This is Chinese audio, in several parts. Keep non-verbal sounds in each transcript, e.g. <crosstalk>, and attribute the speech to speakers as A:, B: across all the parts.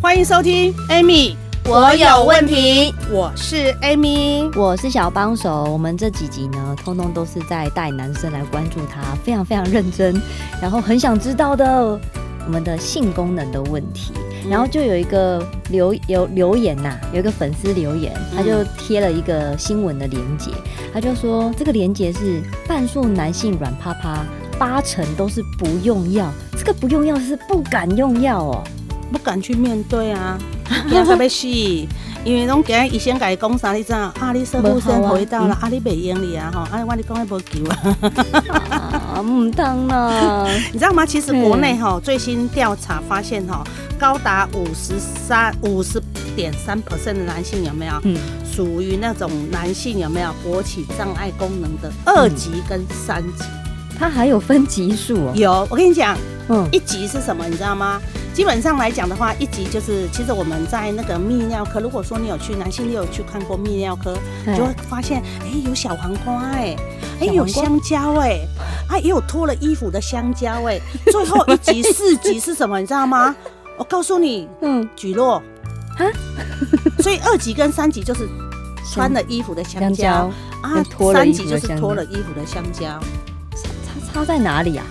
A: 欢迎收听 Amy，
B: 我有问题。
A: 我是 Amy。
C: 我是小帮手，我们这几集呢，通通都是在带男生来关注他非常非常认真，然后很想知道的我们的性功能的问题。然后就有一个留留留言呐、有一个粉丝留言，他就贴了一个新闻的连接，他就说这个连接是半数男性软趴趴八成都是不用药，这个不用药是不敢用药哦。
A: 不敢去面对
B: <laughs>
A: 啊，惊到要死。因为拢惊医生甲你讲啥，你知道？啊，你射护腺回到
C: 没好
A: 了，啊，你袂用力啊，吼，啊，我跟你讲的无救啊，
C: 啊，唔当啦，
A: 你知道吗？其实
C: 对
A: 国内哈最新调查发现哈，高达五十三五十点三 percent 的男性有没有
C: 嗯，
A: 属于那种男性有没有勃起障碍功能的二级跟三级？
C: 它还有分级数哦。
A: 有，我跟你讲，
C: 嗯，
A: 一级是什么，你知道吗？基本上来讲的话，一级就是其实我们在那个泌尿科，如果说你有去男性，你有去看过泌尿科，你就会发现，哎、有小黄瓜、哎，哎，
C: 小黄瓜
A: 有香蕉、哎，啊，也有脱了衣服的香蕉、
C: <laughs>
A: 哎，最后一级四级是什么，你知道吗？我告诉你，
C: 嗯，
A: 举落。
C: 啊
A: <laughs> 所以二级跟三级就是穿了衣服的香
C: 香
A: 蕉
C: 蕉
A: 啊
C: 跟脱，了
A: 三
C: 衣
A: 级
C: 服
A: 就
C: 的香蕉
A: 是脱了衣服的香蕉。
C: 差差在哪里啊？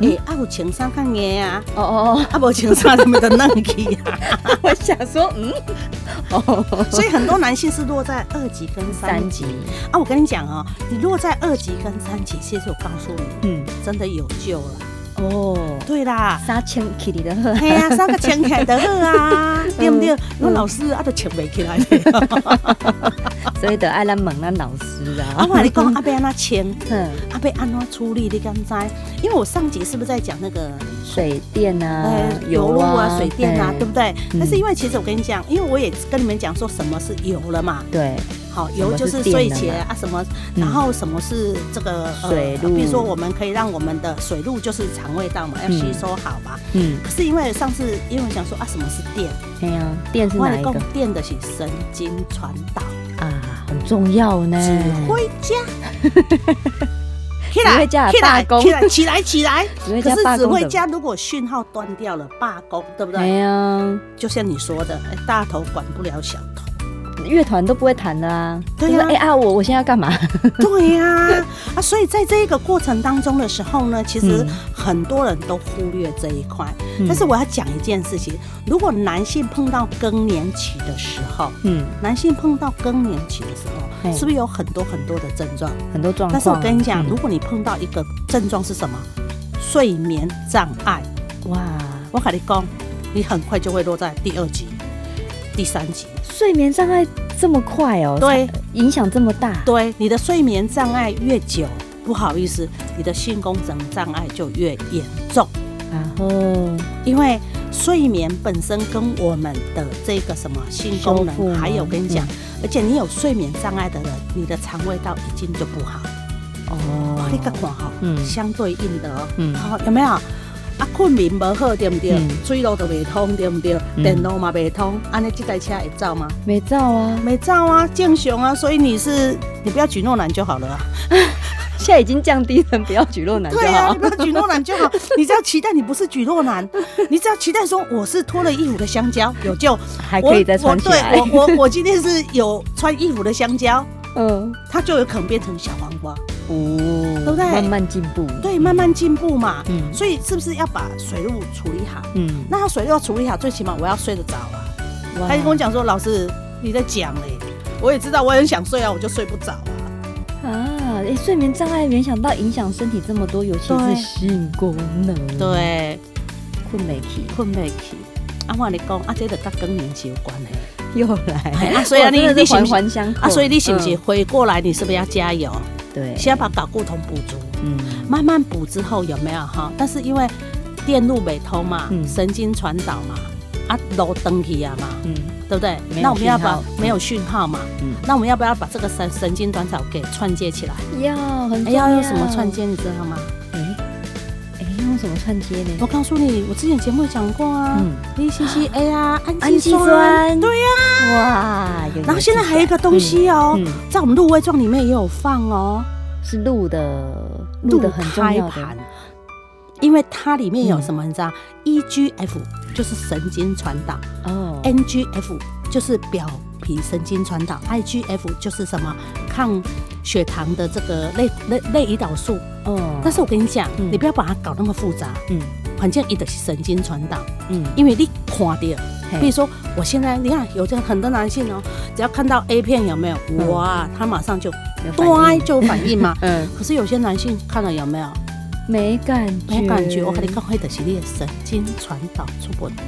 A: 哎、
C: 嗯
A: 啊有情商看嘢啊，
C: 哦哦 <laughs>
A: 啊无情商他们就弄去啊。
C: 哦，我想说，嗯， <laughs> 哦，
A: 所以很多男性是落在二级跟三
C: 三
A: 级
C: 级，
A: 啊。我跟你讲哦，你落在二级跟三级，其实我告诉你，
C: 嗯，
A: 真的有救了。
C: 哦，，
A: 对啦
C: 三千
A: <laughs>
C: k 里的呵，
A: 嘿呀、三个钱起来得好啊，
C: 嗯
A: 对不对？我老师啊都钱袂起
C: <laughs>
A: 来咧。
C: 所以得爱咱问咱老师
A: 啊，
C: 啊。
A: 我跟你讲，啊要安怎签，
C: <laughs> 嗯，
A: 啊要安怎处理，你敢知？因为我上集是不是在讲那个
C: 水电啊
A: 呃，油
C: 油
A: 路啊、水电啊，对
C: 对
A: 不对？
C: 嗯
A: 但是因为其实我跟你讲，因为我也跟你们讲说什么是油了嘛，
C: 对，
A: 好，
C: 么
A: 油就是
C: 是电
A: 睡
C: 能
A: 前
C: 啊
A: 啊什么，
C: 嗯
A: 然后什么是这个呃
C: 水路
A: 比如说我们可以让我们的水路就是肠胃道嘛，要
C: 嗯
A: 吸收好嘛。
C: 嗯，
A: 可是因为上次因为我想说啊，什么是电？
C: 哎呀，电是
A: 我
C: 哪
A: 来
C: 一
A: 供
C: 个
A: 电的是神经传导
C: 啊？很重要呢。
A: 指挥
C: <laughs>
A: 家。起
C: 指挥家有
A: 起
C: 罢
A: 来，
C: 工
A: 起来，起来，起来！
C: 指挥
A: 可
C: 家
A: 是
C: 罢
A: 指
C: 工
A: 挥
C: 的，
A: 家如果讯号断掉了，罢工，对不
C: 哎
A: 对？
C: 呀，
A: 就像你说的，哎大头管不了小头。 <laughs>
C: 乐团都不会弹的啊。
A: 对
C: 就是
A: 啊
C: 哎啊，我我现在要干嘛？
A: 对呀、啊，所以在这一个过程当中的时候呢，其实
C: 嗯
A: 很多人都忽略这一块。
C: 嗯
A: 但是我要讲一件事情，如果男性碰到更年期的时候，
C: 嗯，
A: 男性碰到更年期的时候，
C: 嘿
A: 是不是有很多很多的症状？
C: <laughs> 很多状况。
A: 但是我跟你讲，
C: 嗯
A: 如果你碰到一个症状是什么，睡眠障碍，
C: 哇，
A: 我跟你讲，你很快就会落在第二级、第三级。
C: 睡眠障碍这么快哦，
A: 对，啊
C: 影响这么大，
A: 对，你的睡眠障碍越久，不好意思，你的性功能障碍就越严重。
C: 然后
A: 因为睡眠本身跟我们的这个什么性功
C: 修复
A: 能，
C: 吗嗯
A: 还有跟你讲，而且你有睡眠障碍的人，你的肠胃道已经就不好。
C: 哦
A: 你个看哈，
C: 嗯
A: 相对应的哦，
C: 嗯
A: 好有没有？啊，困眠无好对不对
C: 嗯？
A: 水路都未通对不对？
C: 嗯
A: 电路嘛未通，安尼这台车会走吗？
C: 没照啊，
A: 没走啊，正常啊，所以你是你不要举诺男就好了啊。
C: 现在已经降低了，不要举落男就
A: 对呀、
C: 好
A: 你。不 <laughs> 要举诺男就好，你只要期待你不是举诺 <laughs> 男，你只要期待说我是脱了衣服的香蕉有救，
C: 还可以再穿起来
A: 我 <laughs> 我对我我我今天是有穿衣服的香蕉，
C: 嗯，
A: 它就有可能变成小黄瓜。
C: 哦，
A: 对不对
C: 慢慢进步，
A: 对，慢慢进步嘛。
C: 嗯
A: 所以是不是要把水路处理好？
C: 嗯，
A: 那它水路要处理好，最起码我要睡得着啊。
C: 哇
A: 他就跟我讲说，老师你在讲嘞，我也知道，我也很想睡啊，我就睡不着啊。
C: 啊，哎，睡眠障碍联想到影响身体这么多，尤其
A: 对
C: 是性功能，，
A: 对，
C: 困美期
A: 困不起。啊，我跟你讲，啊，这个跟更年期有关的。
C: 又来，
A: 啊，所以啊，
C: 哇
A: 你
C: 真的
A: 你是
C: 是
A: 不
C: 环
A: 是
C: 环相扣
A: 啊，所以你是不是
C: 嗯
A: 回过来，你是不是要加油？
C: 对，
A: 先把睾固酮补足，
C: 嗯
A: 慢慢补之后有没有哈？但是因为电路没通嘛，
C: 嗯
A: 神经传导嘛，啊，楼登起啊嘛，
C: 嗯，
A: 对不对？
C: 没有
A: 那我们要
C: 讯
A: 把
C: 号
A: 没有讯号嘛，
C: 嗯
A: 那我们要不要把这个神神经短草给串接起来？
C: 要很
A: 哎
C: 重
A: 要用什么串？接，你知道吗？
C: 哎哎，用什么串接呢
A: 我？告诉你，我之前节目讲过啊
C: 嗯
A: ，BCCA 啊，氨
C: 氨
A: 基
C: 基
A: 酸，
C: 酸
A: 对啊呀。
C: 哇，有
A: 然后现在
C: 有
A: 还有一个东西哦
C: 嗯，
A: 在我们入味状里面也有放哦，
C: 是录的，录的很重要
A: 鹿胎
C: 的
A: 盘，因为它里面有什么你知道？EGF 就是神经传导
C: 哦。
A: ，NGF 就是表皮神经传导，IGF 就是什么抗血糖的这个类类类胰岛素。
C: 哦，
A: 但是我跟你讲，
C: 嗯
A: 你不要把它搞那么复杂，
C: 嗯
A: 反正一的是神经传导，
C: 嗯，
A: 因为你看到。
C: 嘿
A: 比如说，我现在你看有这很多男性哦，只要看到 A 片有没有，
C: 嗯
A: 哇，他马上就
C: 有反
A: 对
C: 应。
A: 就反应嘛
C: <laughs> 嗯，
A: 可是有些男性看了有没有
C: 没感觉，
A: 没感觉？我跟你讲，那就是你的神经传导出问题。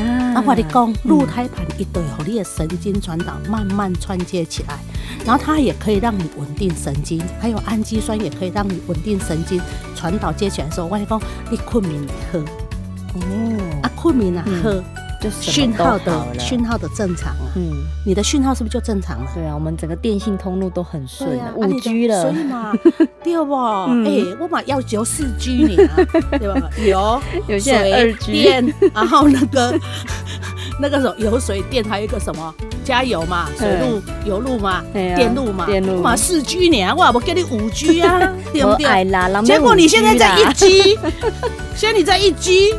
C: 啊，
A: 啊，我跟你讲，鹿胎盘一对后，你的神经传导慢慢串接起来，然后它也可以让你稳定神经，还有氨基酸也可以让你稳定神经传导接起来的时候，我跟你讲，你困眠喝
C: 哦，
A: 啊，困眠啊
C: 嗯
A: 喝，
C: 就什
A: 讯
C: 么都
A: 号
C: 好
A: 的
C: 了
A: 讯号的正常啊，
C: 嗯，
A: 你的讯号是不是就正常了？
C: 对啊，我们整个电信通路都很顺
A: 对
C: 了，
A: 啊
C: 五 G
A: 啊你，就所
C: 了
A: 以嘛，对不？
C: 嗯
A: 哎，我嘛要求四 G 你啊，对吧？有
C: 有些人
A: 水
C: 二 G，
A: 电，然后那个 <laughs> 那个什么有水电，还有一个什么加油嘛，水路、油路嘛、
C: 对啊
A: 电路嘛，
C: 电路
A: 我嘛四 G 你啊，我也不给你五 G 啊，对不
C: 我爱
A: 对？
C: 啦，人
A: 结果你现在在一
C: 家
A: G，现 <laughs> 在你在一 G，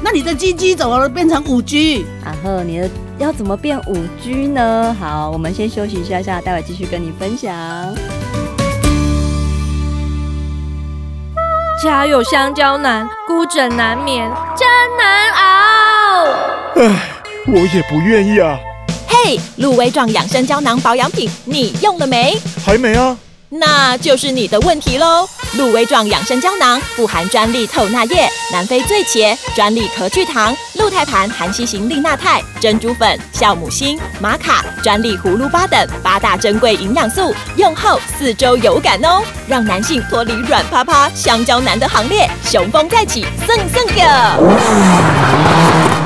A: 那你的 G G 怎么变成五 G？
C: 5G 啦，然后啊你的要怎么变五 G 呢？好，我们先休息一下下，待会继续跟你分享。
D: 家有香蕉男，孤枕难眠，真难熬。
E: 我也不愿意啊，
B: 嘿，鹿威壮养生胶囊保养品，你用了没？
E: 还没啊，
B: 那就是你的问题喽。鹿威壮养生胶囊不含专利透钠液、南非醉茄、专利壳聚糖、鹿胎盘含西型利钠肽、珍珠粉、酵母锌、玛卡、专利葫芦巴等八大珍贵营养素，用后四周有感哦，让男性脱离软趴趴香蕉男的行列，雄风再起，蹭蹭个。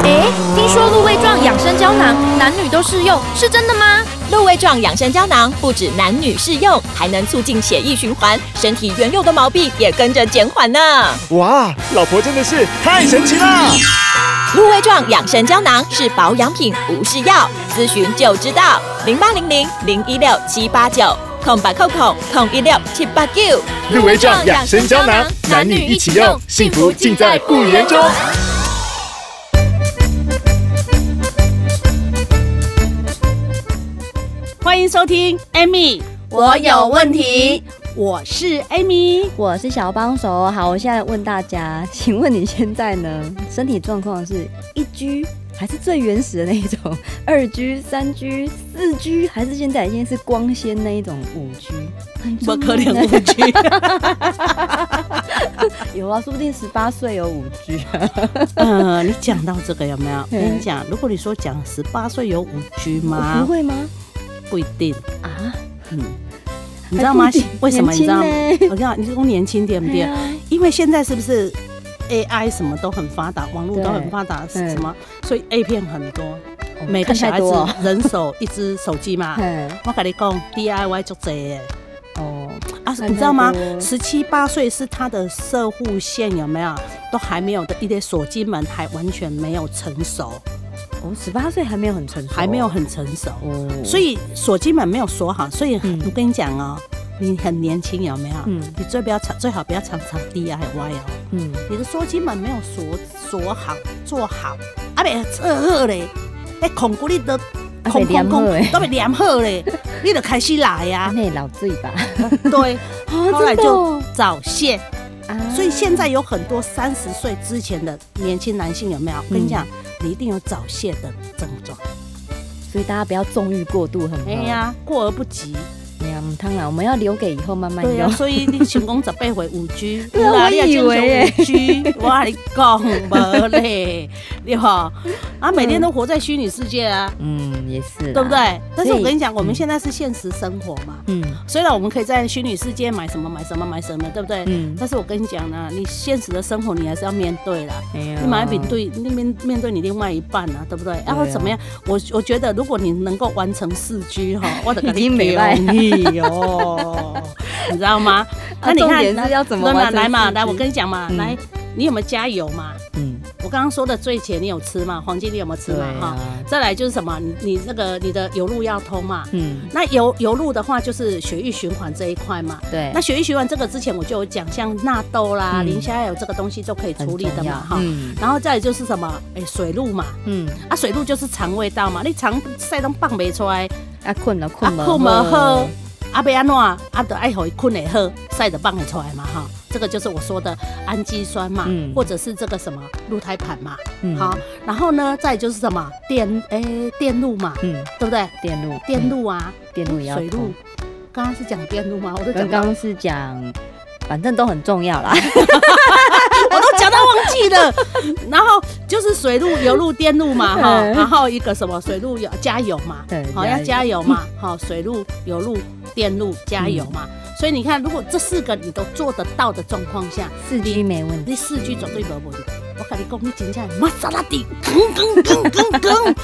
D: 哎，听说鹿味壮养生胶囊男女都适用，是真的吗？
B: 鹿味壮养生胶囊不止男女适用，还能促进血液循环，身体原有的毛病也跟着减缓呢。
E: 哇，老婆真的是太神奇了。
B: 鹿味壮养生胶囊是保养品，不是药，咨询就知道。零八零零零一六七八九，空白扣空空一六七八九。
E: 入围状养生胶囊，男女一起用，幸福尽在不言中。
A: 欢迎收听 Amy，
B: 我有问题，
A: 我是 Amy。
C: 我是小帮手，好，我现在问大家，请问你现在呢， <laughs> 身体状况是一 G 还是最原始的那一种， <laughs> 二 G、三 G、四 G，还是现在已经是光纤那一种五 G？
A: 我可怜五 G，
C: 欸有啊，说不定十八岁有五
A: <laughs>
C: G 啊。
A: <laughs> 嗯，你讲到这个有没有？我
C: 对
A: 跟你讲，如果你说讲十八岁有五 G
C: 不
A: 吗？
C: 会吗？
A: 不一定，
C: 啊，
A: 你知道吗
C: 还不一定？
A: 为什么？你知道吗？
C: 年
A: 我
C: 轻
A: 跟你讲，你说年轻点不
C: 对
A: 点？
C: 啊，
A: 因为现在是不是 AI 什么都很发达，网络都很发达，
C: 对
A: 什么，所以 A 片很多，
C: 哦
A: 每个
C: 看
A: 小
C: 太
A: 孩子
C: 多哦
A: 人手一只手机 <laughs>
C: <laughs>
A: 嘛。
C: 嗯，
A: 我跟你讲，DIY 就这耶
C: 哦，
A: 啊，
C: 看
A: 你知道吗
C: 太多？
A: 十七八岁是他的射护线有没有都还没有的，一些锁机门还完全没有成熟，
C: 哦我十八岁还没有很成熟，
A: 还没有很成熟。
C: 哦，
A: 所以锁机门没有锁好，所以
C: 嗯
A: 我跟你讲哦，你很年轻有没有？
C: 嗯
A: 你最不要常最好不要常常 DIY 哦，
C: 嗯，
A: 你的锁机门没有锁锁好做好，啊袂测好嘞，哎恐骨你都
C: 啊不黏好的
A: 都袂黏好嘞，你就开始来
C: 啊 <laughs>
A: 呀、
C: 那也老醉吧？
A: 对，
C: 啊
A: 后来
C: 真的
A: 就
C: 哦
A: 早泄。
C: 啊
A: 所以现在有很多三十岁之前的年轻男性有没有？我跟你讲，
C: 嗯
A: 你一定有早泄的症状。
C: 啊
A: 啊
C: 所以大家不要纵欲过度，很不好
A: 哎，呀，过而不及。
C: 哎呀，嗯，当然我们要留给以后慢慢
A: 对啊，
C: 用。
A: 所以你成功十八回五 G，
C: <laughs> 对啊
A: 有啦
C: 我
A: 你也
C: 以
A: 正常
C: 为
A: 五
C: <laughs>
A: G，我跟你讲无嘞，对吧？啊，每天都活在虚拟世界啊，
C: 嗯，也是，
A: 对不？对？但是
C: 所以
A: 我跟你讲，我们
C: 嗯
A: 现在是现实生活嘛，
C: 嗯
A: 虽然我们可以在虚拟世界买什么买什么买什么，对不对？
C: 嗯，
A: 但是我跟你讲呢，你现实的生活你还是要面对啦。你
C: 你
A: 马上面对那面面对你另外一半啊，对不对？然后怎么样？我我觉得如果你能够完成四 G
C: <laughs>
A: 哈，我的
C: 已经没赖
A: 你哦，
C: <laughs>
A: 你知道吗？啊那你
C: 重
A: 看，
C: 点是要怎么
A: 来
C: 完成
A: 来嘛，
C: 四 G
A: 来我跟你讲嘛，
C: 嗯
A: 来，你有没有加油嘛？
C: 嗯，
A: 我刚刚说的最前你有吃嘛？黄金你有没有吃
C: 对
A: 嘛？哈，
C: 啊，
A: 再来就是什么？你你那个你的油路要通嘛？
C: 嗯，
A: 那油油路的话就是血液循环这一块嘛。
C: 对
A: 那，血液循环这个之前我就有讲，像纳豆啦、
C: 嗯
A: 磷虾油这个东西都可以
C: 很
A: 处理的
C: 重要
A: 嘛，哈。
C: 嗯
A: 然后再来就是什么，哎、水路嘛，
C: 嗯，
A: 啊，水路就是肠胃道嘛，你肠塞都放不出来，
C: 啊困了困了，
A: 啊困了好啊，要安怎样，啊，得爱互伊困会好，塞得放得出来嘛，哈，这个就是我说的氨基酸嘛，
C: 嗯
A: 或者是这个什么鹿胎盘嘛，
C: 嗯
A: 好，然后呢，再来就是什么电，哎、电路嘛，
C: 嗯，
A: 对不对？
C: 电路
A: 电路啊，
C: 嗯电路也要
A: 水路
C: 通，，
A: 刚刚是讲电路吗？我都讲
C: 嗯刚
A: 到，
C: 刚是讲，反正都很重
A: <laughs>
C: 要啦，
A: 我都讲到忘记
C: <laughs>
A: 了。然后就是水路、油路、电路嘛，
C: <laughs>
A: 哈，
C: 嗯
A: 然后一个什么水路有加油嘛，
C: 对
A: 好
C: 加
A: 要
C: 油
A: 加油嘛，好水路、油路、电路加油嘛。
C: 嗯
A: 所以你看，如果这四个你都做得到的状况下，
C: 四 G 没问题，
A: 你四句绝对无问题。我跟你讲，你真正玛莎拉
C: <laughs>
A: 蒂，滚滚滚滚滚。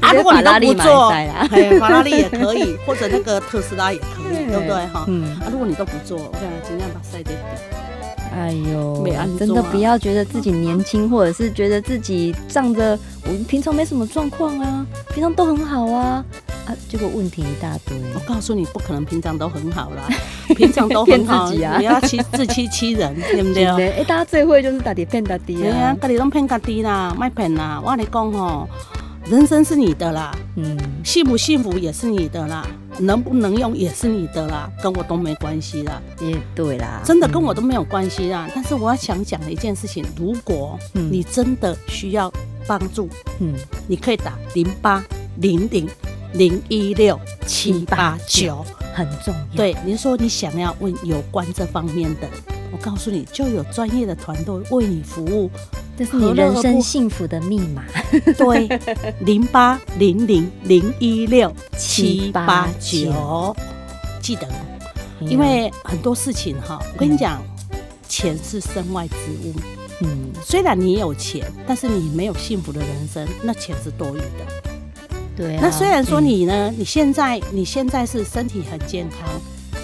A: 啊，如果你
C: 法拉
A: 都
C: 利
A: 不
C: 马
A: 做，<laughs>
C: 赛啦，
A: 哎，法拉利也可以，或者那个特斯拉也可以，对不对哈？
C: 嗯，
A: 啊，如果你都不做，我跟你讲，真正把赛得底。
C: 哎呦
A: 没安装啊，
C: 真的不要觉得自己年轻，或者是觉得自己仗着我平常没什么状况啊，平常都很好啊，啊，结果问题一大堆，
A: 我告诉你，不可能平常都很好
C: <laughs>
A: 啦，平常都很好，
C: 骗自己啊
A: 你要欺自欺欺人，对不对？啊
C: 真的哎，大家最会就是打碟骗打
A: 哎
C: 碟
A: 呀
C: 啊，，
A: 家己拢骗家己啦，卖骗啦。我跟你讲吼，人生是你的啦，
C: 嗯，
A: 幸不幸福也是你的啦，能不能用也是你的啦，跟我都没关系啦，
C: 也对啦，
A: 真的跟我
C: 嗯
A: 都没有关系啦。但是我要想讲的一件事情，如果
C: 嗯
A: 你真的需要帮助，
C: 嗯，
A: 你可以打零八零零零一六七八九。
C: 很重要，，
A: 对，你说你想要问有关这方面的，我告诉你，就有专业的团队为你服务。
C: 这是你人生幸福的密
A: <laughs>
C: 码，
A: 对，零八零零零一六七八
C: 789
A: 九，记得，哦因为很多事情哈，我跟你讲，钱是身外之物。
C: 嗯，
A: 虽然你有钱，但是你没有幸福的人生，那钱是多余的。
C: 对啊，
A: 那虽然说
C: 嗯
A: 你呢，你现在你现在是身体很健康，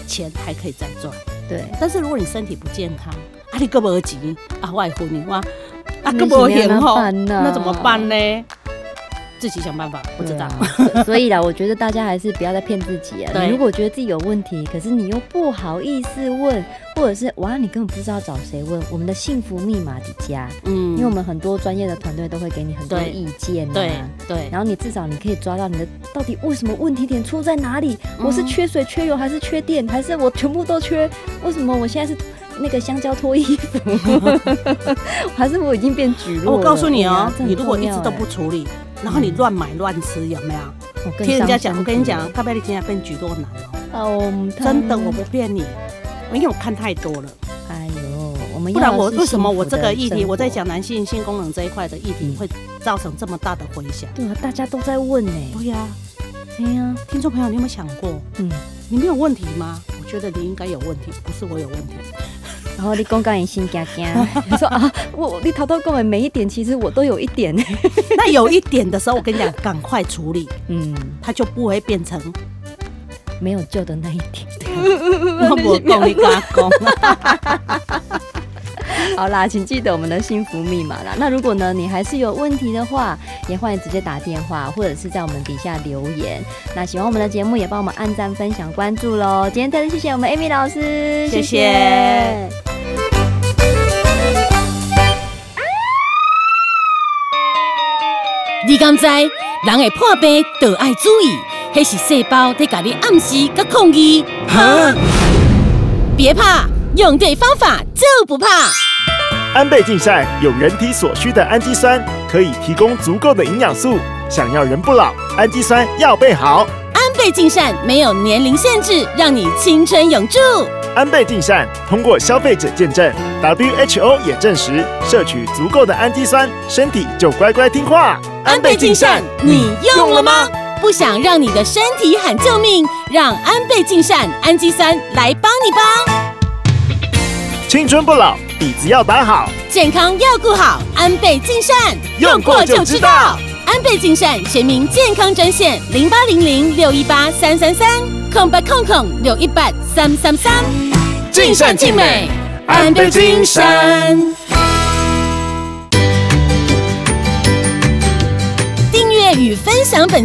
A: 钱还可以再赚。
C: 嗯对。
A: 但是如果你身体不健康，啊，你个无钱，啊，我爱婚你哇，啊，
C: 那
A: 个无
C: 怎么
A: 钱吼，
C: 办呢
A: 那怎么办呢？自己想办法，不知
C: 啊对
A: 道。
C: 啊所所以啦，我觉得大家还是不要再骗自己了。
A: 对
C: 你如果觉得自己有问题，可是你又不好意思问，或者是哇，你根本不知道找谁问，我们的幸福密码底加，
A: 嗯
C: 因为我们很多专业的团队都会给你很多
A: 对
C: 意见、啊，
A: 对对
C: 然后你至少你可以抓到你的到底为什么问题点出在哪里？
A: 嗯
C: 我是缺水、缺油，还是缺电，还是我全部都缺？为什么我现在是那个香蕉脱衣服？ <laughs> 还是我已经变橘
A: 哦
C: 络了？
A: 我告诉你哦
C: 哎呀，这很
A: 你如果
C: 重
A: 一
C: 要
A: 直都
C: 哎
A: 不处理，然后你
C: 嗯
A: 乱买乱吃，有没有？
C: 哎我更
A: 听人家
C: 伤
A: 讲，我
C: 身
A: 跟
C: 体
A: 你讲，大不你今天变举多难哦，
C: 哦，
A: 真的，
C: 他
A: 我不骗你。因为我看太多了，
C: 哎呦，我们
A: 不
C: 要
A: 然
C: 的
A: 我
C: 是
A: 为什么
C: 幸福
A: 我这个
C: 的
A: 议题，
C: 生
A: 我在
C: 活，
A: 讲男性性功能这一块的议题
C: 嗯
A: 会造成这么大的回响？
C: 对啊，大家都在问呢、
A: 对呀，
C: 哎呀，
A: 听众朋友，你有没有想过，
C: 嗯，
A: 你没有问题吗？我觉得你应该有问题，不是我有问题。 <laughs>
C: 然后你公告你心惊惊，你说啊，我你淘到购买每一点，其实我都有一点，
A: 那有一点的时候，我跟你讲，赶快处理，
C: 嗯，
A: 它就不会
F: <laughs>
A: 变成
C: 没有救的那一点。
A: 我不讲你加工。
C: <laughs> 好啦，请记得我们的幸福密码啦。那如果呢，你还是有问题的话，也欢迎直接打电话，或者是在我们底下留言。那喜欢我们的节目，也帮我们按赞、分享、关注喽。今天特别谢谢我们 Amy 老师，
A: 谢谢
F: <laughs> 你敢知人会破病，就要注意，那是细胞在甲你暗示甲抗议。别怕，用对方法就不怕。
E: 安倍晋善有人体所需的氨基酸，可以提供足够的营养素。想要人不老，氨基酸要备好。
F: 安
A: 倍晋善没有年龄限制，让你青春永驻。
E: 安倍晋善通过消费者见证，WHO 也证实，摄取足够的氨基酸，身体就乖乖听话。
A: 安倍晋善，你用了吗？不想让你的身体喊救命，让安倍晋善氨基酸来帮你吧。
E: 青春不老，底子要打好。
A: 健康要顾好，安倍晋善
E: 用过就知道。
A: 安倍晋善全民健康专线零八零零六一八三三三空八空空六一八三三三，
E: 尽善尽美，安倍晋善。
A: 订阅与分享本